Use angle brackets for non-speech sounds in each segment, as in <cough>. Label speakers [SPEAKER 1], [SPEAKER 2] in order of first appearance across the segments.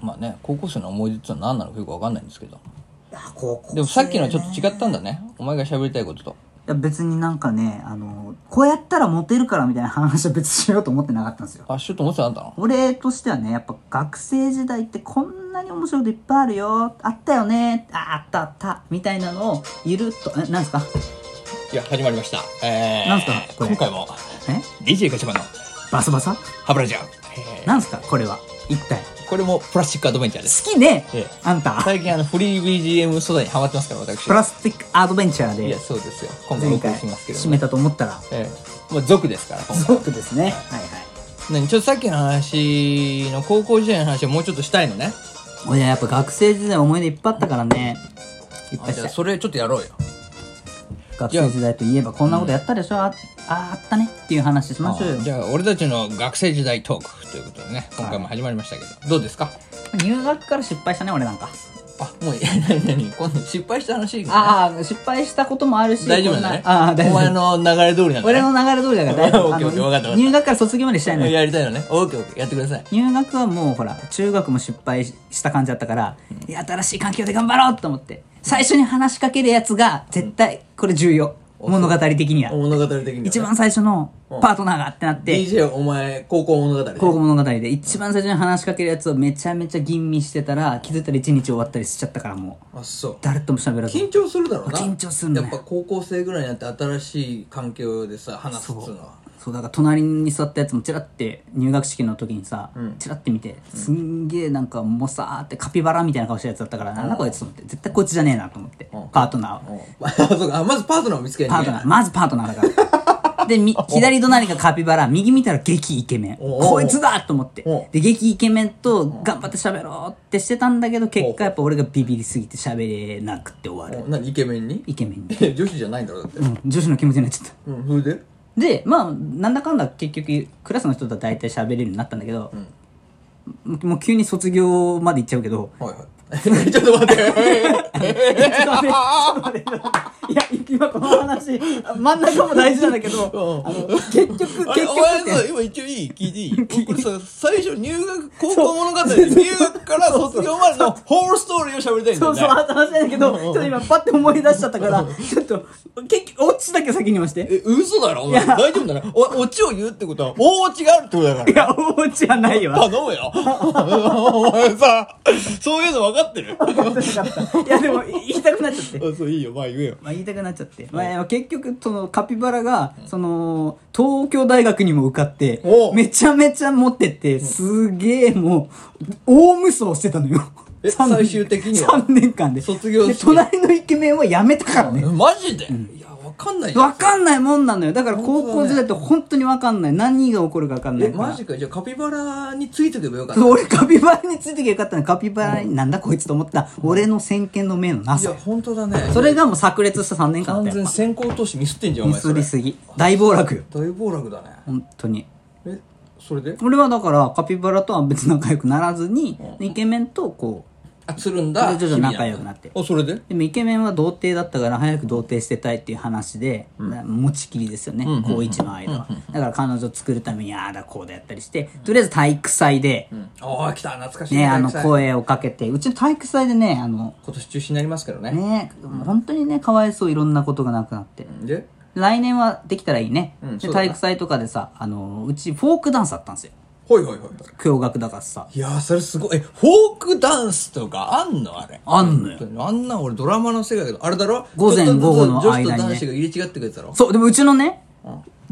[SPEAKER 1] まあね高校生の思い出ってのは何なのかよく分かんないんですけど
[SPEAKER 2] や高校生ね
[SPEAKER 1] でもさっきのはちょっと違ったんだねお前が喋りたいことと
[SPEAKER 2] いや別になんかねあのこうやったらモテるからみたいな話は別にしようと思ってなかったんですよ
[SPEAKER 1] あちょっと思ってたあんたの
[SPEAKER 2] 俺としてはねやっぱ学生時代ってこんなに面白いこといっぱいあるよあったよねああったあったみたいなのをゆるっとえなんですか
[SPEAKER 1] いや始まりましたえー、
[SPEAKER 2] なんすかこれ
[SPEAKER 1] 今回も
[SPEAKER 2] え
[SPEAKER 1] DJ ガチャマンの
[SPEAKER 2] バサバサ
[SPEAKER 1] 歯ブラジャー、え
[SPEAKER 2] なんですかこれは一体
[SPEAKER 1] ーこれもプラスチックアドベンチャーです
[SPEAKER 2] 好きね
[SPEAKER 1] ええ
[SPEAKER 2] あんた
[SPEAKER 1] 最近あのフリー BGM 素材にハマってますから私
[SPEAKER 2] プラスティックアドベンチャー
[SPEAKER 1] いや
[SPEAKER 2] で
[SPEAKER 1] そうですよ今回お
[SPEAKER 2] 前
[SPEAKER 1] 送り
[SPEAKER 2] 回
[SPEAKER 1] しますけど、
[SPEAKER 2] 締めたと思ったら
[SPEAKER 1] ええまあ族ですから今
[SPEAKER 2] す
[SPEAKER 1] 回
[SPEAKER 2] ごくですねはいはい
[SPEAKER 1] ねちょっとさっきの話の高校時代の話をもうちょっとしたいのね
[SPEAKER 2] 俺はやっぱ学生時代思い出いっぱいあったからねいっぱい
[SPEAKER 1] じ
[SPEAKER 2] し
[SPEAKER 1] ゃあ
[SPEAKER 2] た
[SPEAKER 1] それちょっとやろうよ
[SPEAKER 2] 学生時代といえばこんなことやったでしょあああったねっていう話しましょうよ
[SPEAKER 1] じゃあ俺たちの学生時代トークということでね今回も始まりましたけど、どうですか
[SPEAKER 2] 入学から失敗したね俺なんか
[SPEAKER 1] あもうえ何何今度失敗した話いいかな
[SPEAKER 2] ああ失敗したこともあるし
[SPEAKER 1] 大丈夫
[SPEAKER 2] こん
[SPEAKER 1] だね
[SPEAKER 2] ああ大
[SPEAKER 1] お
[SPEAKER 2] 丈
[SPEAKER 1] 前
[SPEAKER 2] 夫
[SPEAKER 1] の流れ通りなんだ、ね、
[SPEAKER 2] 俺の流れ通りだから大
[SPEAKER 1] <laughs> オ
[SPEAKER 2] 丈夫
[SPEAKER 1] ッ
[SPEAKER 2] あ
[SPEAKER 1] ケーオッケーわかったわかった
[SPEAKER 2] の入学から卒業までしたいのよ
[SPEAKER 1] やりたいのねオーケーオーケーやってください
[SPEAKER 2] 入学はもうほら中学も失敗した感じだったから、いや新しい環境で頑張ろうと思って最初に話しかけるやつが絶対これ重要、物語的には
[SPEAKER 1] 物語的にはね、
[SPEAKER 2] 一番最初のパートナーがってなって、
[SPEAKER 1] DJ お前高校物語で
[SPEAKER 2] 高校物語で一番最初に話しかけるやつをめちゃめちゃ吟味してたら気づいたら一日終わったりしちゃったからもう
[SPEAKER 1] あそう
[SPEAKER 2] 誰とも喋らず
[SPEAKER 1] 緊張するだろうな
[SPEAKER 2] 緊張するね
[SPEAKER 1] やっぱ高校生ぐらいになって新しい環境でさ話すっつうのは
[SPEAKER 2] そうだから隣に座ったやつもチラって入学式の時にさ、チラって見てすんげえなんかもさーってカピバラみたいな顔したやつだったから、なんだこいつと思って絶対こいつじゃねえなと思って、パートナーを、
[SPEAKER 1] うん <laughs> あそうかあまずパートナーを見つけ
[SPEAKER 2] パ
[SPEAKER 1] な
[SPEAKER 2] ー
[SPEAKER 1] い
[SPEAKER 2] トナーまずパートナーだからでみ左隣がカピバラ右見たら激イケメン
[SPEAKER 1] おお
[SPEAKER 2] こいつだと思って
[SPEAKER 1] お
[SPEAKER 2] で激イケメンと頑張って喋ろうってしてたんだけど結果やっぱ俺がビビりすぎて喋れなくて終わる
[SPEAKER 1] お何イケメンに
[SPEAKER 2] イケメンに、
[SPEAKER 1] え女子じゃないんだろだって
[SPEAKER 2] うん、女子の気持ちになっちゃった
[SPEAKER 1] うんそれで
[SPEAKER 2] でまあなんだかんだ結局クラスの人とは大体喋れるようになったんだけど、もうもう急に卒業まで行っちゃうけど
[SPEAKER 1] はいはいちょっと待って
[SPEAKER 2] いやちょっと待ってちょっと待っていや今この話真ん中も大事なんだけ <laughs> どあの結局結局
[SPEAKER 1] あれお前
[SPEAKER 2] っ
[SPEAKER 1] さ
[SPEAKER 2] て
[SPEAKER 1] 今一応いい聞いていい僕さ最初入学高校物語で入学から卒業までのホールストーリーを喋りたいんだ
[SPEAKER 2] そ
[SPEAKER 1] よ
[SPEAKER 2] う
[SPEAKER 1] ね
[SPEAKER 2] そう話せないけどちょっと今パッて思い出しちゃったからちょっと結局オチだけ先に言まして
[SPEAKER 1] え嘘だろお前
[SPEAKER 2] いや
[SPEAKER 1] 大丈夫だなおオチを言うってことは大オチがあるってことだから
[SPEAKER 2] いやオチはないわ
[SPEAKER 1] 頼むよお前さそういうの分かってるあ
[SPEAKER 2] いやでも言いたくなっちゃって
[SPEAKER 1] そういいよまあ言えよ
[SPEAKER 2] まあ、言いたくなっちゃって、まあ、結局そのカピバラが、その東京大学にも受かって
[SPEAKER 1] おう
[SPEAKER 2] めちゃめちゃ持っててすげえもう大無双してたのよ
[SPEAKER 1] え
[SPEAKER 2] 三年
[SPEAKER 1] 最終的には
[SPEAKER 2] 3年間で
[SPEAKER 1] 卒業
[SPEAKER 2] で
[SPEAKER 1] 式
[SPEAKER 2] 隣のイケメンはやめたからね
[SPEAKER 1] マジで、いや分かんない
[SPEAKER 2] わか
[SPEAKER 1] ん
[SPEAKER 2] んないもんなのよだから高校時代って本当にわかんない何が起こるかわかんな
[SPEAKER 1] え
[SPEAKER 2] いから
[SPEAKER 1] マジかじゃあカピバラについてけばよかった
[SPEAKER 2] そう <laughs> 俺カピバラについてきゃよかったのにカピバラになんだこいつと思った俺の先見の明のない
[SPEAKER 1] や
[SPEAKER 2] さ
[SPEAKER 1] 本当だね
[SPEAKER 2] それがもう炸裂した3年間
[SPEAKER 1] 完
[SPEAKER 2] だった
[SPEAKER 1] 全
[SPEAKER 2] よ
[SPEAKER 1] に先行投資ミスってんじゃんお
[SPEAKER 2] ミ
[SPEAKER 1] 前そ
[SPEAKER 2] ス
[SPEAKER 1] れ
[SPEAKER 2] りすぎ大暴落よ
[SPEAKER 1] 大暴落だね
[SPEAKER 2] 本当に
[SPEAKER 1] えそれで
[SPEAKER 2] 俺はだからカピバラとは別に仲良くならずに、イケメンとこ
[SPEAKER 1] あつるん
[SPEAKER 2] う
[SPEAKER 1] だ
[SPEAKER 2] 徐々に仲良くなって
[SPEAKER 1] あそれで
[SPEAKER 2] でもイケメンは童貞だったから早く童貞してたいっていう話で、な持ちきりですよね、高一の間は、だから彼女を作るためにああだこうだやったりして、とりあえず体育祭で、
[SPEAKER 1] ああ来た懐かしい
[SPEAKER 2] ねあの
[SPEAKER 1] 体育祭
[SPEAKER 2] 声をかけてうちの体育祭でねあの
[SPEAKER 1] 今年中止になりますけどね
[SPEAKER 2] ね本当にねかわいそういろんなことがなくなって、
[SPEAKER 1] で
[SPEAKER 2] 来年はできたらいいね、
[SPEAKER 1] うん
[SPEAKER 2] で
[SPEAKER 1] そうだね
[SPEAKER 2] 体育祭とかでさあのうちフォークダンスあったんですよ
[SPEAKER 1] ほいほいほい
[SPEAKER 2] 共学だからさ
[SPEAKER 1] いやーそれすごいえフォークダンスとかあんのあれ
[SPEAKER 2] あんのよ
[SPEAKER 1] あんな俺ドラマの世界だけどあれだろ
[SPEAKER 2] 午前
[SPEAKER 1] ちょっとずつ
[SPEAKER 2] 午後の間
[SPEAKER 1] 女子
[SPEAKER 2] にね
[SPEAKER 1] と男子が入れ違ってくるやつだろ
[SPEAKER 2] そう、でもうちのね、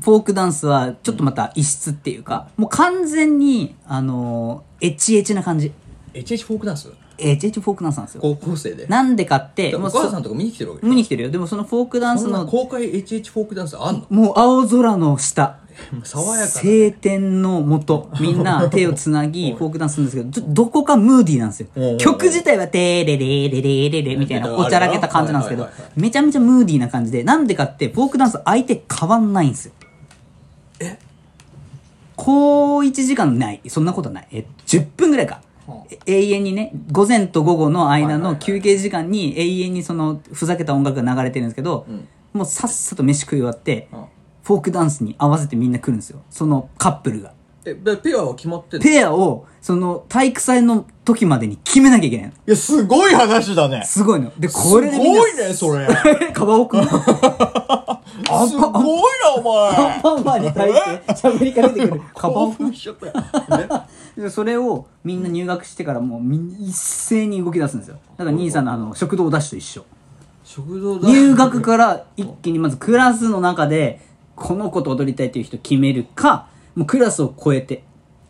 [SPEAKER 2] フォークダンスは、ちょっとまた異質っていうか、もう完全に、あのーエッチエッチな感じ。
[SPEAKER 1] HH フォークダンス
[SPEAKER 2] エッチエッチフォークダンスなんですよ。
[SPEAKER 1] 高校生で
[SPEAKER 2] なんでかって、
[SPEAKER 1] お
[SPEAKER 2] もう
[SPEAKER 1] 母
[SPEAKER 2] そ
[SPEAKER 1] さんとか見に来てるわけ
[SPEAKER 2] 見に来てるよ。でもそのフォークダンス
[SPEAKER 1] そんな
[SPEAKER 2] の、
[SPEAKER 1] 公開 HH フォークダンスあんの
[SPEAKER 2] もう青空の
[SPEAKER 1] <laughs>
[SPEAKER 2] 下。
[SPEAKER 1] 爽やかな
[SPEAKER 2] 晴天のも
[SPEAKER 1] <laughs>
[SPEAKER 2] とみんな手をつなぎフォークダンスするんですけどちょっとどこかムーディーなんです
[SPEAKER 1] おうおうお
[SPEAKER 2] よ
[SPEAKER 1] う
[SPEAKER 2] 曲自体は「テレレレレレレ」みたいなおちゃらけた感じなんですけど
[SPEAKER 1] はいはいはい
[SPEAKER 2] めちゃめちゃムーディーな感じでなんでかってフォークダンス相手変わんないんですよ
[SPEAKER 1] え
[SPEAKER 2] こう1時間ないそんなことないえ10分ぐらいか
[SPEAKER 1] はあ
[SPEAKER 2] 永遠にね午前と午後の間
[SPEAKER 1] はいはいは
[SPEAKER 2] の
[SPEAKER 1] い
[SPEAKER 2] 休憩時間に永遠にそのふざけた音楽が流れてるんですけど、
[SPEAKER 1] ん
[SPEAKER 2] もうさっさと飯食い終わって、
[SPEAKER 1] うん
[SPEAKER 2] フォークダンスに合わせてみんな来るんですよそのカップルが
[SPEAKER 1] え、だペアは決まってんのい
[SPEAKER 2] ペアを、その、体育祭の時までに決めなきゃいけないの。
[SPEAKER 1] や、すごい話だね。す
[SPEAKER 2] すごいの。で、こ
[SPEAKER 1] ご
[SPEAKER 2] れでみんな。
[SPEAKER 1] いね、それ。す
[SPEAKER 2] れ。 <laughs> カバオくん。
[SPEAKER 1] ごいな、お
[SPEAKER 2] アン
[SPEAKER 1] 前。
[SPEAKER 2] パンマンに対して喋りかけてくる。カバオ
[SPEAKER 1] 興奮しちゃったよ。ね
[SPEAKER 2] でそれをみんな入学してからもうみんな一斉に動き出すんですよだから兄さんのあの食堂ダッシュと一緒
[SPEAKER 1] 食堂だ。
[SPEAKER 2] 入学から一気にまずクラスの中でこの子と踊りたいという人決めるかもうクラスを超えて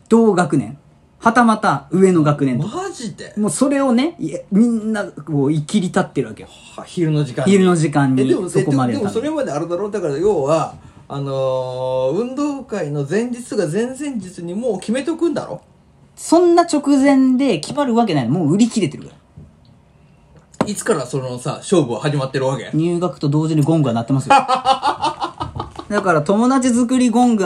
[SPEAKER 2] 同学年はたまた上の学年と
[SPEAKER 1] マジで
[SPEAKER 2] もうそれをねいやみんなこう生きり立ってるわけよ
[SPEAKER 1] は昼の時間に
[SPEAKER 2] 昼の時間
[SPEAKER 1] えで
[SPEAKER 2] に
[SPEAKER 1] も
[SPEAKER 2] そこまで
[SPEAKER 1] え
[SPEAKER 2] や
[SPEAKER 1] でも
[SPEAKER 2] った
[SPEAKER 1] それまであれだろうだから要はあのー運動会の前日とか前々日にもう決めとくんだろ
[SPEAKER 2] そんな直前で決まるわけないのもう売り切れてるから
[SPEAKER 1] いつからそのさ勝負は始まってるわけ
[SPEAKER 2] 入学と同時にゴングが鳴っ
[SPEAKER 1] <laughs>
[SPEAKER 2] てますよだから友達作りゴング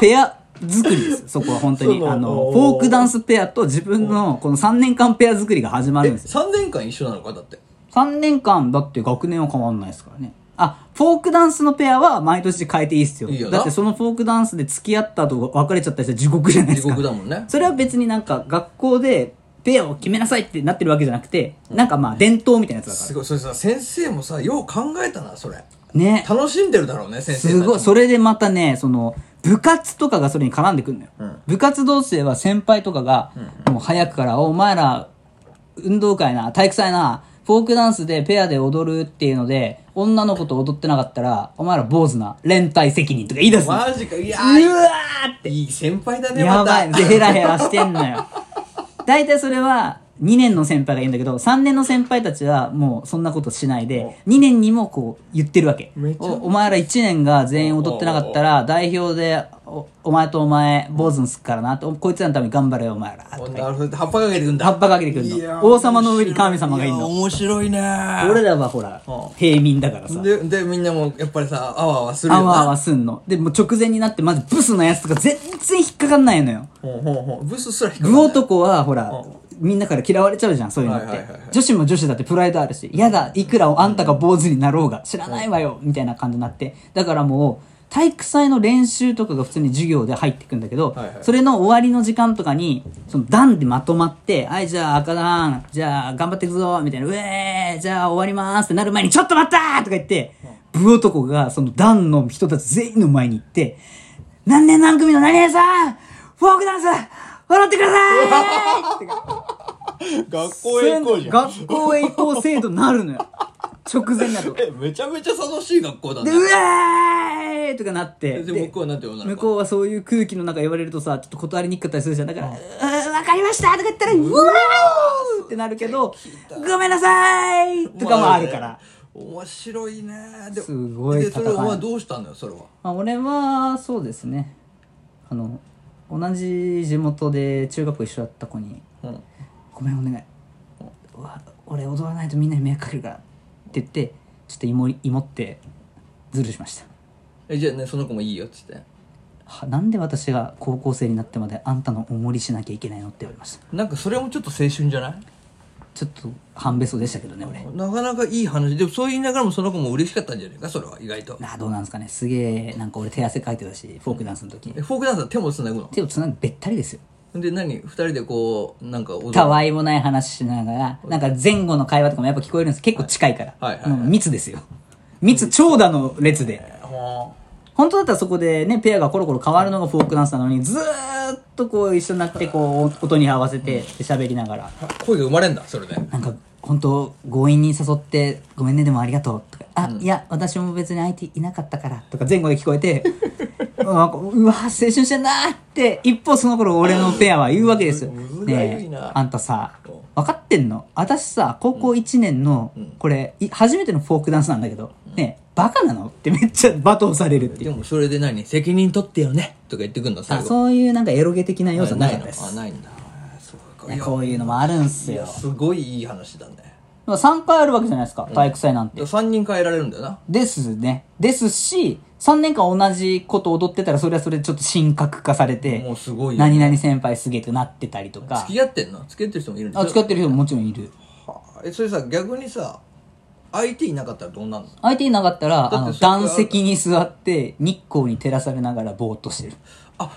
[SPEAKER 2] ペア作りですそこは本当に
[SPEAKER 1] そう
[SPEAKER 2] あの
[SPEAKER 1] おー
[SPEAKER 2] フォークダンスペアと自分のこの3年間ペア作りが始まるんですよ
[SPEAKER 1] 3年間一緒なのかだって
[SPEAKER 2] 3年間だって学年は変わんないですからねあフォークダンスのペアは毎年変えていいっすよ
[SPEAKER 1] いいよな
[SPEAKER 2] だってそのフォークダンスで付き合った後別れちゃった人は地獄じゃないで
[SPEAKER 1] 地
[SPEAKER 2] すか
[SPEAKER 1] 獄だもんね
[SPEAKER 2] それは別になんか学校でペアを決めなさいってなってるわけじゃなくて、なんかまあ伝統みたいなやつだか
[SPEAKER 1] すごいそれさ先生もさよう考えたなそれ
[SPEAKER 2] らね
[SPEAKER 1] 楽しんでるだろうね先生たち
[SPEAKER 2] す
[SPEAKER 1] も
[SPEAKER 2] ごい。それでまたね、その、部活とかがそれに絡んでくるのよ。
[SPEAKER 1] うん
[SPEAKER 2] 部活同士では先輩とかが、もう早くから、おお前ら、運動会な、体育祭な、フォークダンスでペアで踊るっていうので、女の子と踊ってなかったら、お前ら坊主な、連帯責任とか言い出すの。うわ
[SPEAKER 1] マジかいやー
[SPEAKER 2] ーって。
[SPEAKER 1] いい先輩だね
[SPEAKER 2] や
[SPEAKER 1] ま
[SPEAKER 2] ば
[SPEAKER 1] た
[SPEAKER 2] い。で、ヘラヘラしてんのよ。大体それは、2年の先輩が言うんだけど、3年の先輩たちはもうそんなことしないで、2年にもこう言ってるわけ。
[SPEAKER 1] めちゃ
[SPEAKER 2] おお前ら1年が全員踊ってなかったら、代表でお、お前とお前、坊主にすっからなと、こいつらのために頑張れよ、お前ら。
[SPEAKER 1] おなるほど葉っぱかけてくんだ
[SPEAKER 2] 葉っぱかけてくんの
[SPEAKER 1] いやー
[SPEAKER 2] 王様の上に神様がいんの
[SPEAKER 1] やー面白いね
[SPEAKER 2] 俺らはほら、平民だからさ。
[SPEAKER 1] ででみんなもやっぱりさあわあわするよ
[SPEAKER 2] あ
[SPEAKER 1] な
[SPEAKER 2] わあわすんの。で、もう直前になって、まずブスのやつとか全然引っかかんないのよ。
[SPEAKER 1] ほうほうほうブスすら引っかかん
[SPEAKER 2] 部
[SPEAKER 1] ない
[SPEAKER 2] 男はほら、みんなから嫌われちゃうじゃんそういうのって、
[SPEAKER 1] はいはいはいはい
[SPEAKER 2] <laughs> 女子も女子だってプライドあるし嫌だいくらあんたが坊主になろうが知らないわよ、みたいな感じになってだからもう体育祭の練習とかが普通に授業で入ってくんだけど、
[SPEAKER 1] はいはい
[SPEAKER 2] それの終わりの時間とかにその段でまとまって「はいじゃあ赤段じゃあ頑張っていくぞ」みたいな「うえーじゃあ終わります」ってなる前に「ちょっと待った!」とか言って部男がその段の人たち全員の前に行って「何年何組の何々さんフォークダンス笑ってください!」って
[SPEAKER 1] 学校へ行こうじゃん
[SPEAKER 2] 学校へ行こう制度になるのよ直
[SPEAKER 1] <laughs>
[SPEAKER 2] 前だとで
[SPEAKER 1] えめちゃめちゃ楽しい学校だね
[SPEAKER 2] 「うえーい!」とかなって
[SPEAKER 1] で
[SPEAKER 2] で
[SPEAKER 1] 向こうはなんて呼んだの
[SPEAKER 2] 向こうはそういう空気の中言われるとさちょっと断りにくかったりするじゃんだから「うーわかりました」とか言ったら「うわー!」ってなるけど「ごめんなさい!」とかもあるから、
[SPEAKER 1] 面白いねです
[SPEAKER 2] ごい
[SPEAKER 1] でそれは
[SPEAKER 2] 戦い
[SPEAKER 1] お前どうしたんだよそれは
[SPEAKER 2] まあ、俺はそうですねあの同じ地元で中学校一緒だった子に
[SPEAKER 1] うん
[SPEAKER 2] ごめんお願いわ俺踊らないとみんなに迷惑かけるからって言ってちょっと芋い芋ってズルしました
[SPEAKER 1] えじゃあねその子もいいよっつって
[SPEAKER 2] はなんで私が高校生になってまであんたのおもりしなきゃいけないのって言われました
[SPEAKER 1] なんかそれもちょっと青春じゃない
[SPEAKER 2] ちょっと半べそでしたけどね俺
[SPEAKER 1] なかなかいい話でもそう言いながらもその子も嬉しかったんじゃないかそれは意外と
[SPEAKER 2] なあどうなんですかねすげえなんか俺手汗かいてたしフォークダンスの時
[SPEAKER 1] えフォークダンスは手もつなぐの
[SPEAKER 2] 手をつなぐべったりですよ
[SPEAKER 1] で何二人でこうなんか踊る
[SPEAKER 2] たわいもない話しながら、なんか前後の会話とかもやっぱ聞こえるんです。結構近いから。
[SPEAKER 1] はいはいはい
[SPEAKER 2] うん密ですよ。密、長蛇の列で。
[SPEAKER 1] ほ
[SPEAKER 2] 本当だったらそこでね、ペアがコロコロ変わるのがフォークダンスなのに、ずーっとこう一緒になって、こう、音に合わせて喋りながら。
[SPEAKER 1] ー恋が生まれんだそれで
[SPEAKER 2] なんか、本当強引に誘って、ごめんね、でもありがとう。とか、あ、いや、私も別に相手いなかったから。とか前後で聞こえて、 <laughs> うんなんかうわ、青春してんなーって、一方その頃俺のペアは言うわけですよ。
[SPEAKER 1] むずむずがゆ
[SPEAKER 2] ね
[SPEAKER 1] い
[SPEAKER 2] え
[SPEAKER 1] な、
[SPEAKER 2] あんたさ、分かってんの私さ、高校1年の、これ、い初めてのフォークダンスなんだけど、ねえ、バカなのってめっちゃ罵倒されるってい
[SPEAKER 1] で
[SPEAKER 2] う。
[SPEAKER 1] もそれで何責任取ってよねとか言ってくんの最
[SPEAKER 2] あ
[SPEAKER 1] 後
[SPEAKER 2] そういうなんかエロゲ的な要素はなかったで
[SPEAKER 1] あ
[SPEAKER 2] す。
[SPEAKER 1] ないのあないんだあーそうか
[SPEAKER 2] ね
[SPEAKER 1] いや
[SPEAKER 2] こういうのもあるんすよ。
[SPEAKER 1] すごいいい話だね
[SPEAKER 2] まあ3回あるわけじゃないですか、体育祭なんて。
[SPEAKER 1] 3人変えられるんだよな
[SPEAKER 2] ですね。ですし、3年間同じこと踊ってたら、それはそれでちょっと神格化されて、
[SPEAKER 1] もうすごいよ
[SPEAKER 2] 何々先輩すげえとなってたりとか
[SPEAKER 1] 付、き合ってんの付き合ってる人もいるんでしょ
[SPEAKER 2] あ、使ってる人ももちろんいる。
[SPEAKER 1] はあえそれさ逆にさ相手いなかったらどうなんの
[SPEAKER 2] 相手いなかったら、あ
[SPEAKER 1] だっ
[SPEAKER 2] の、
[SPEAKER 1] てそれは
[SPEAKER 2] 断石に座って、日光に照らされながらぼーっとしてる。
[SPEAKER 1] あ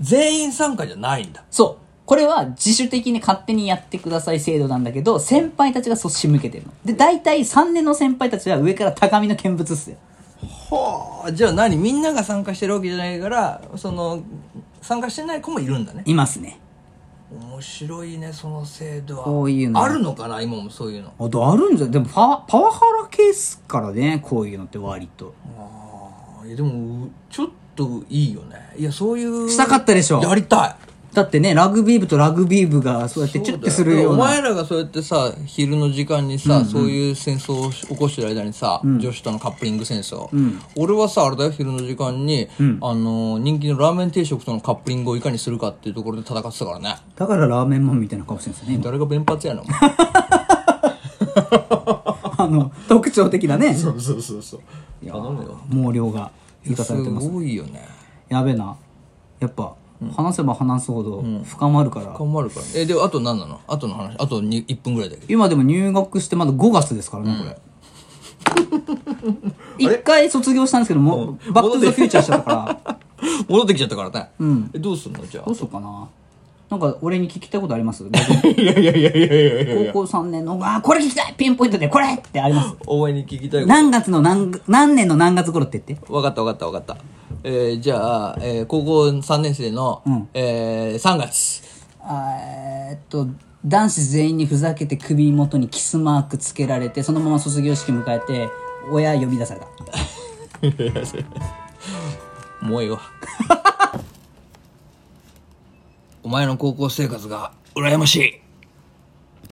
[SPEAKER 1] 全員参加じゃないんだ。
[SPEAKER 2] そう。これは自主的に勝手にやってください制度なんだけど、先輩たちがそう仕向けてるの。で、大体3年の先輩たちは上から高みの見物っすよ。
[SPEAKER 1] ほうじゃあ何みんなが参加してるわけじゃないから、その、参加してない子もいるんだね。
[SPEAKER 2] いますね。
[SPEAKER 1] 面白いね、その制度は。
[SPEAKER 2] こういうの
[SPEAKER 1] あるのかな今もそういうの。
[SPEAKER 2] あとあるんじゃでもパワパワハラケースからねこういうのって割と
[SPEAKER 1] あーいやでも、ちょっといいよね。いや、そういう。
[SPEAKER 2] したかったでしょ
[SPEAKER 1] やりたい。
[SPEAKER 2] だってねラグビー部とラグビー部がそうやってチュッてするよう
[SPEAKER 1] お
[SPEAKER 2] な
[SPEAKER 1] 前らがそうやってさ昼の時間にさ、そういう戦争を起こしてる間にさ、女子とのカップリング戦争、俺はさあれだよ昼の時間に、あの人気のラーメン定食とのカップリングをいかにするかっていうところで戦ってたからね
[SPEAKER 2] だからラーメンマンみたいな顔してるんですよね今
[SPEAKER 1] 誰が弁髪やの
[SPEAKER 2] <laughs> あの特徴的だね
[SPEAKER 1] うそうそうそう頼むよ
[SPEAKER 2] 毛量が生かされてます
[SPEAKER 1] すごいよね
[SPEAKER 2] やべえなやっぱ話せば話すほど深まるから、
[SPEAKER 1] 頑張るからえであと何なのあとの話あとに1分ぐらいだけど
[SPEAKER 2] 今でも入学してまだ5月ですからねこれ一回卒業したんですけどもバック・トゥ・ザ・フューチャーしちゃったから
[SPEAKER 1] <laughs> 戻ってきちゃったからね、えどうすんのじゃ
[SPEAKER 2] どう
[SPEAKER 1] あ
[SPEAKER 2] しようかななんか俺に聞きたいことあります逆に
[SPEAKER 1] いやいやいやいやいや
[SPEAKER 2] 高校3年の、あー、これ聞きたいピンポイントでこれってあります。
[SPEAKER 1] お前に聞きたいこと
[SPEAKER 2] 何月の何、何年の何月頃って言って。
[SPEAKER 1] わかったわかったわかった。えー、じゃあ、えー、高校3年生の、えー、3月。
[SPEAKER 2] あーえーっと、男子全員にふざけて首元にキスマークつけられて、そのまま卒業式迎えて、親呼び出された。
[SPEAKER 1] も <laughs> うええわ。お前の高校生活が羨ましい。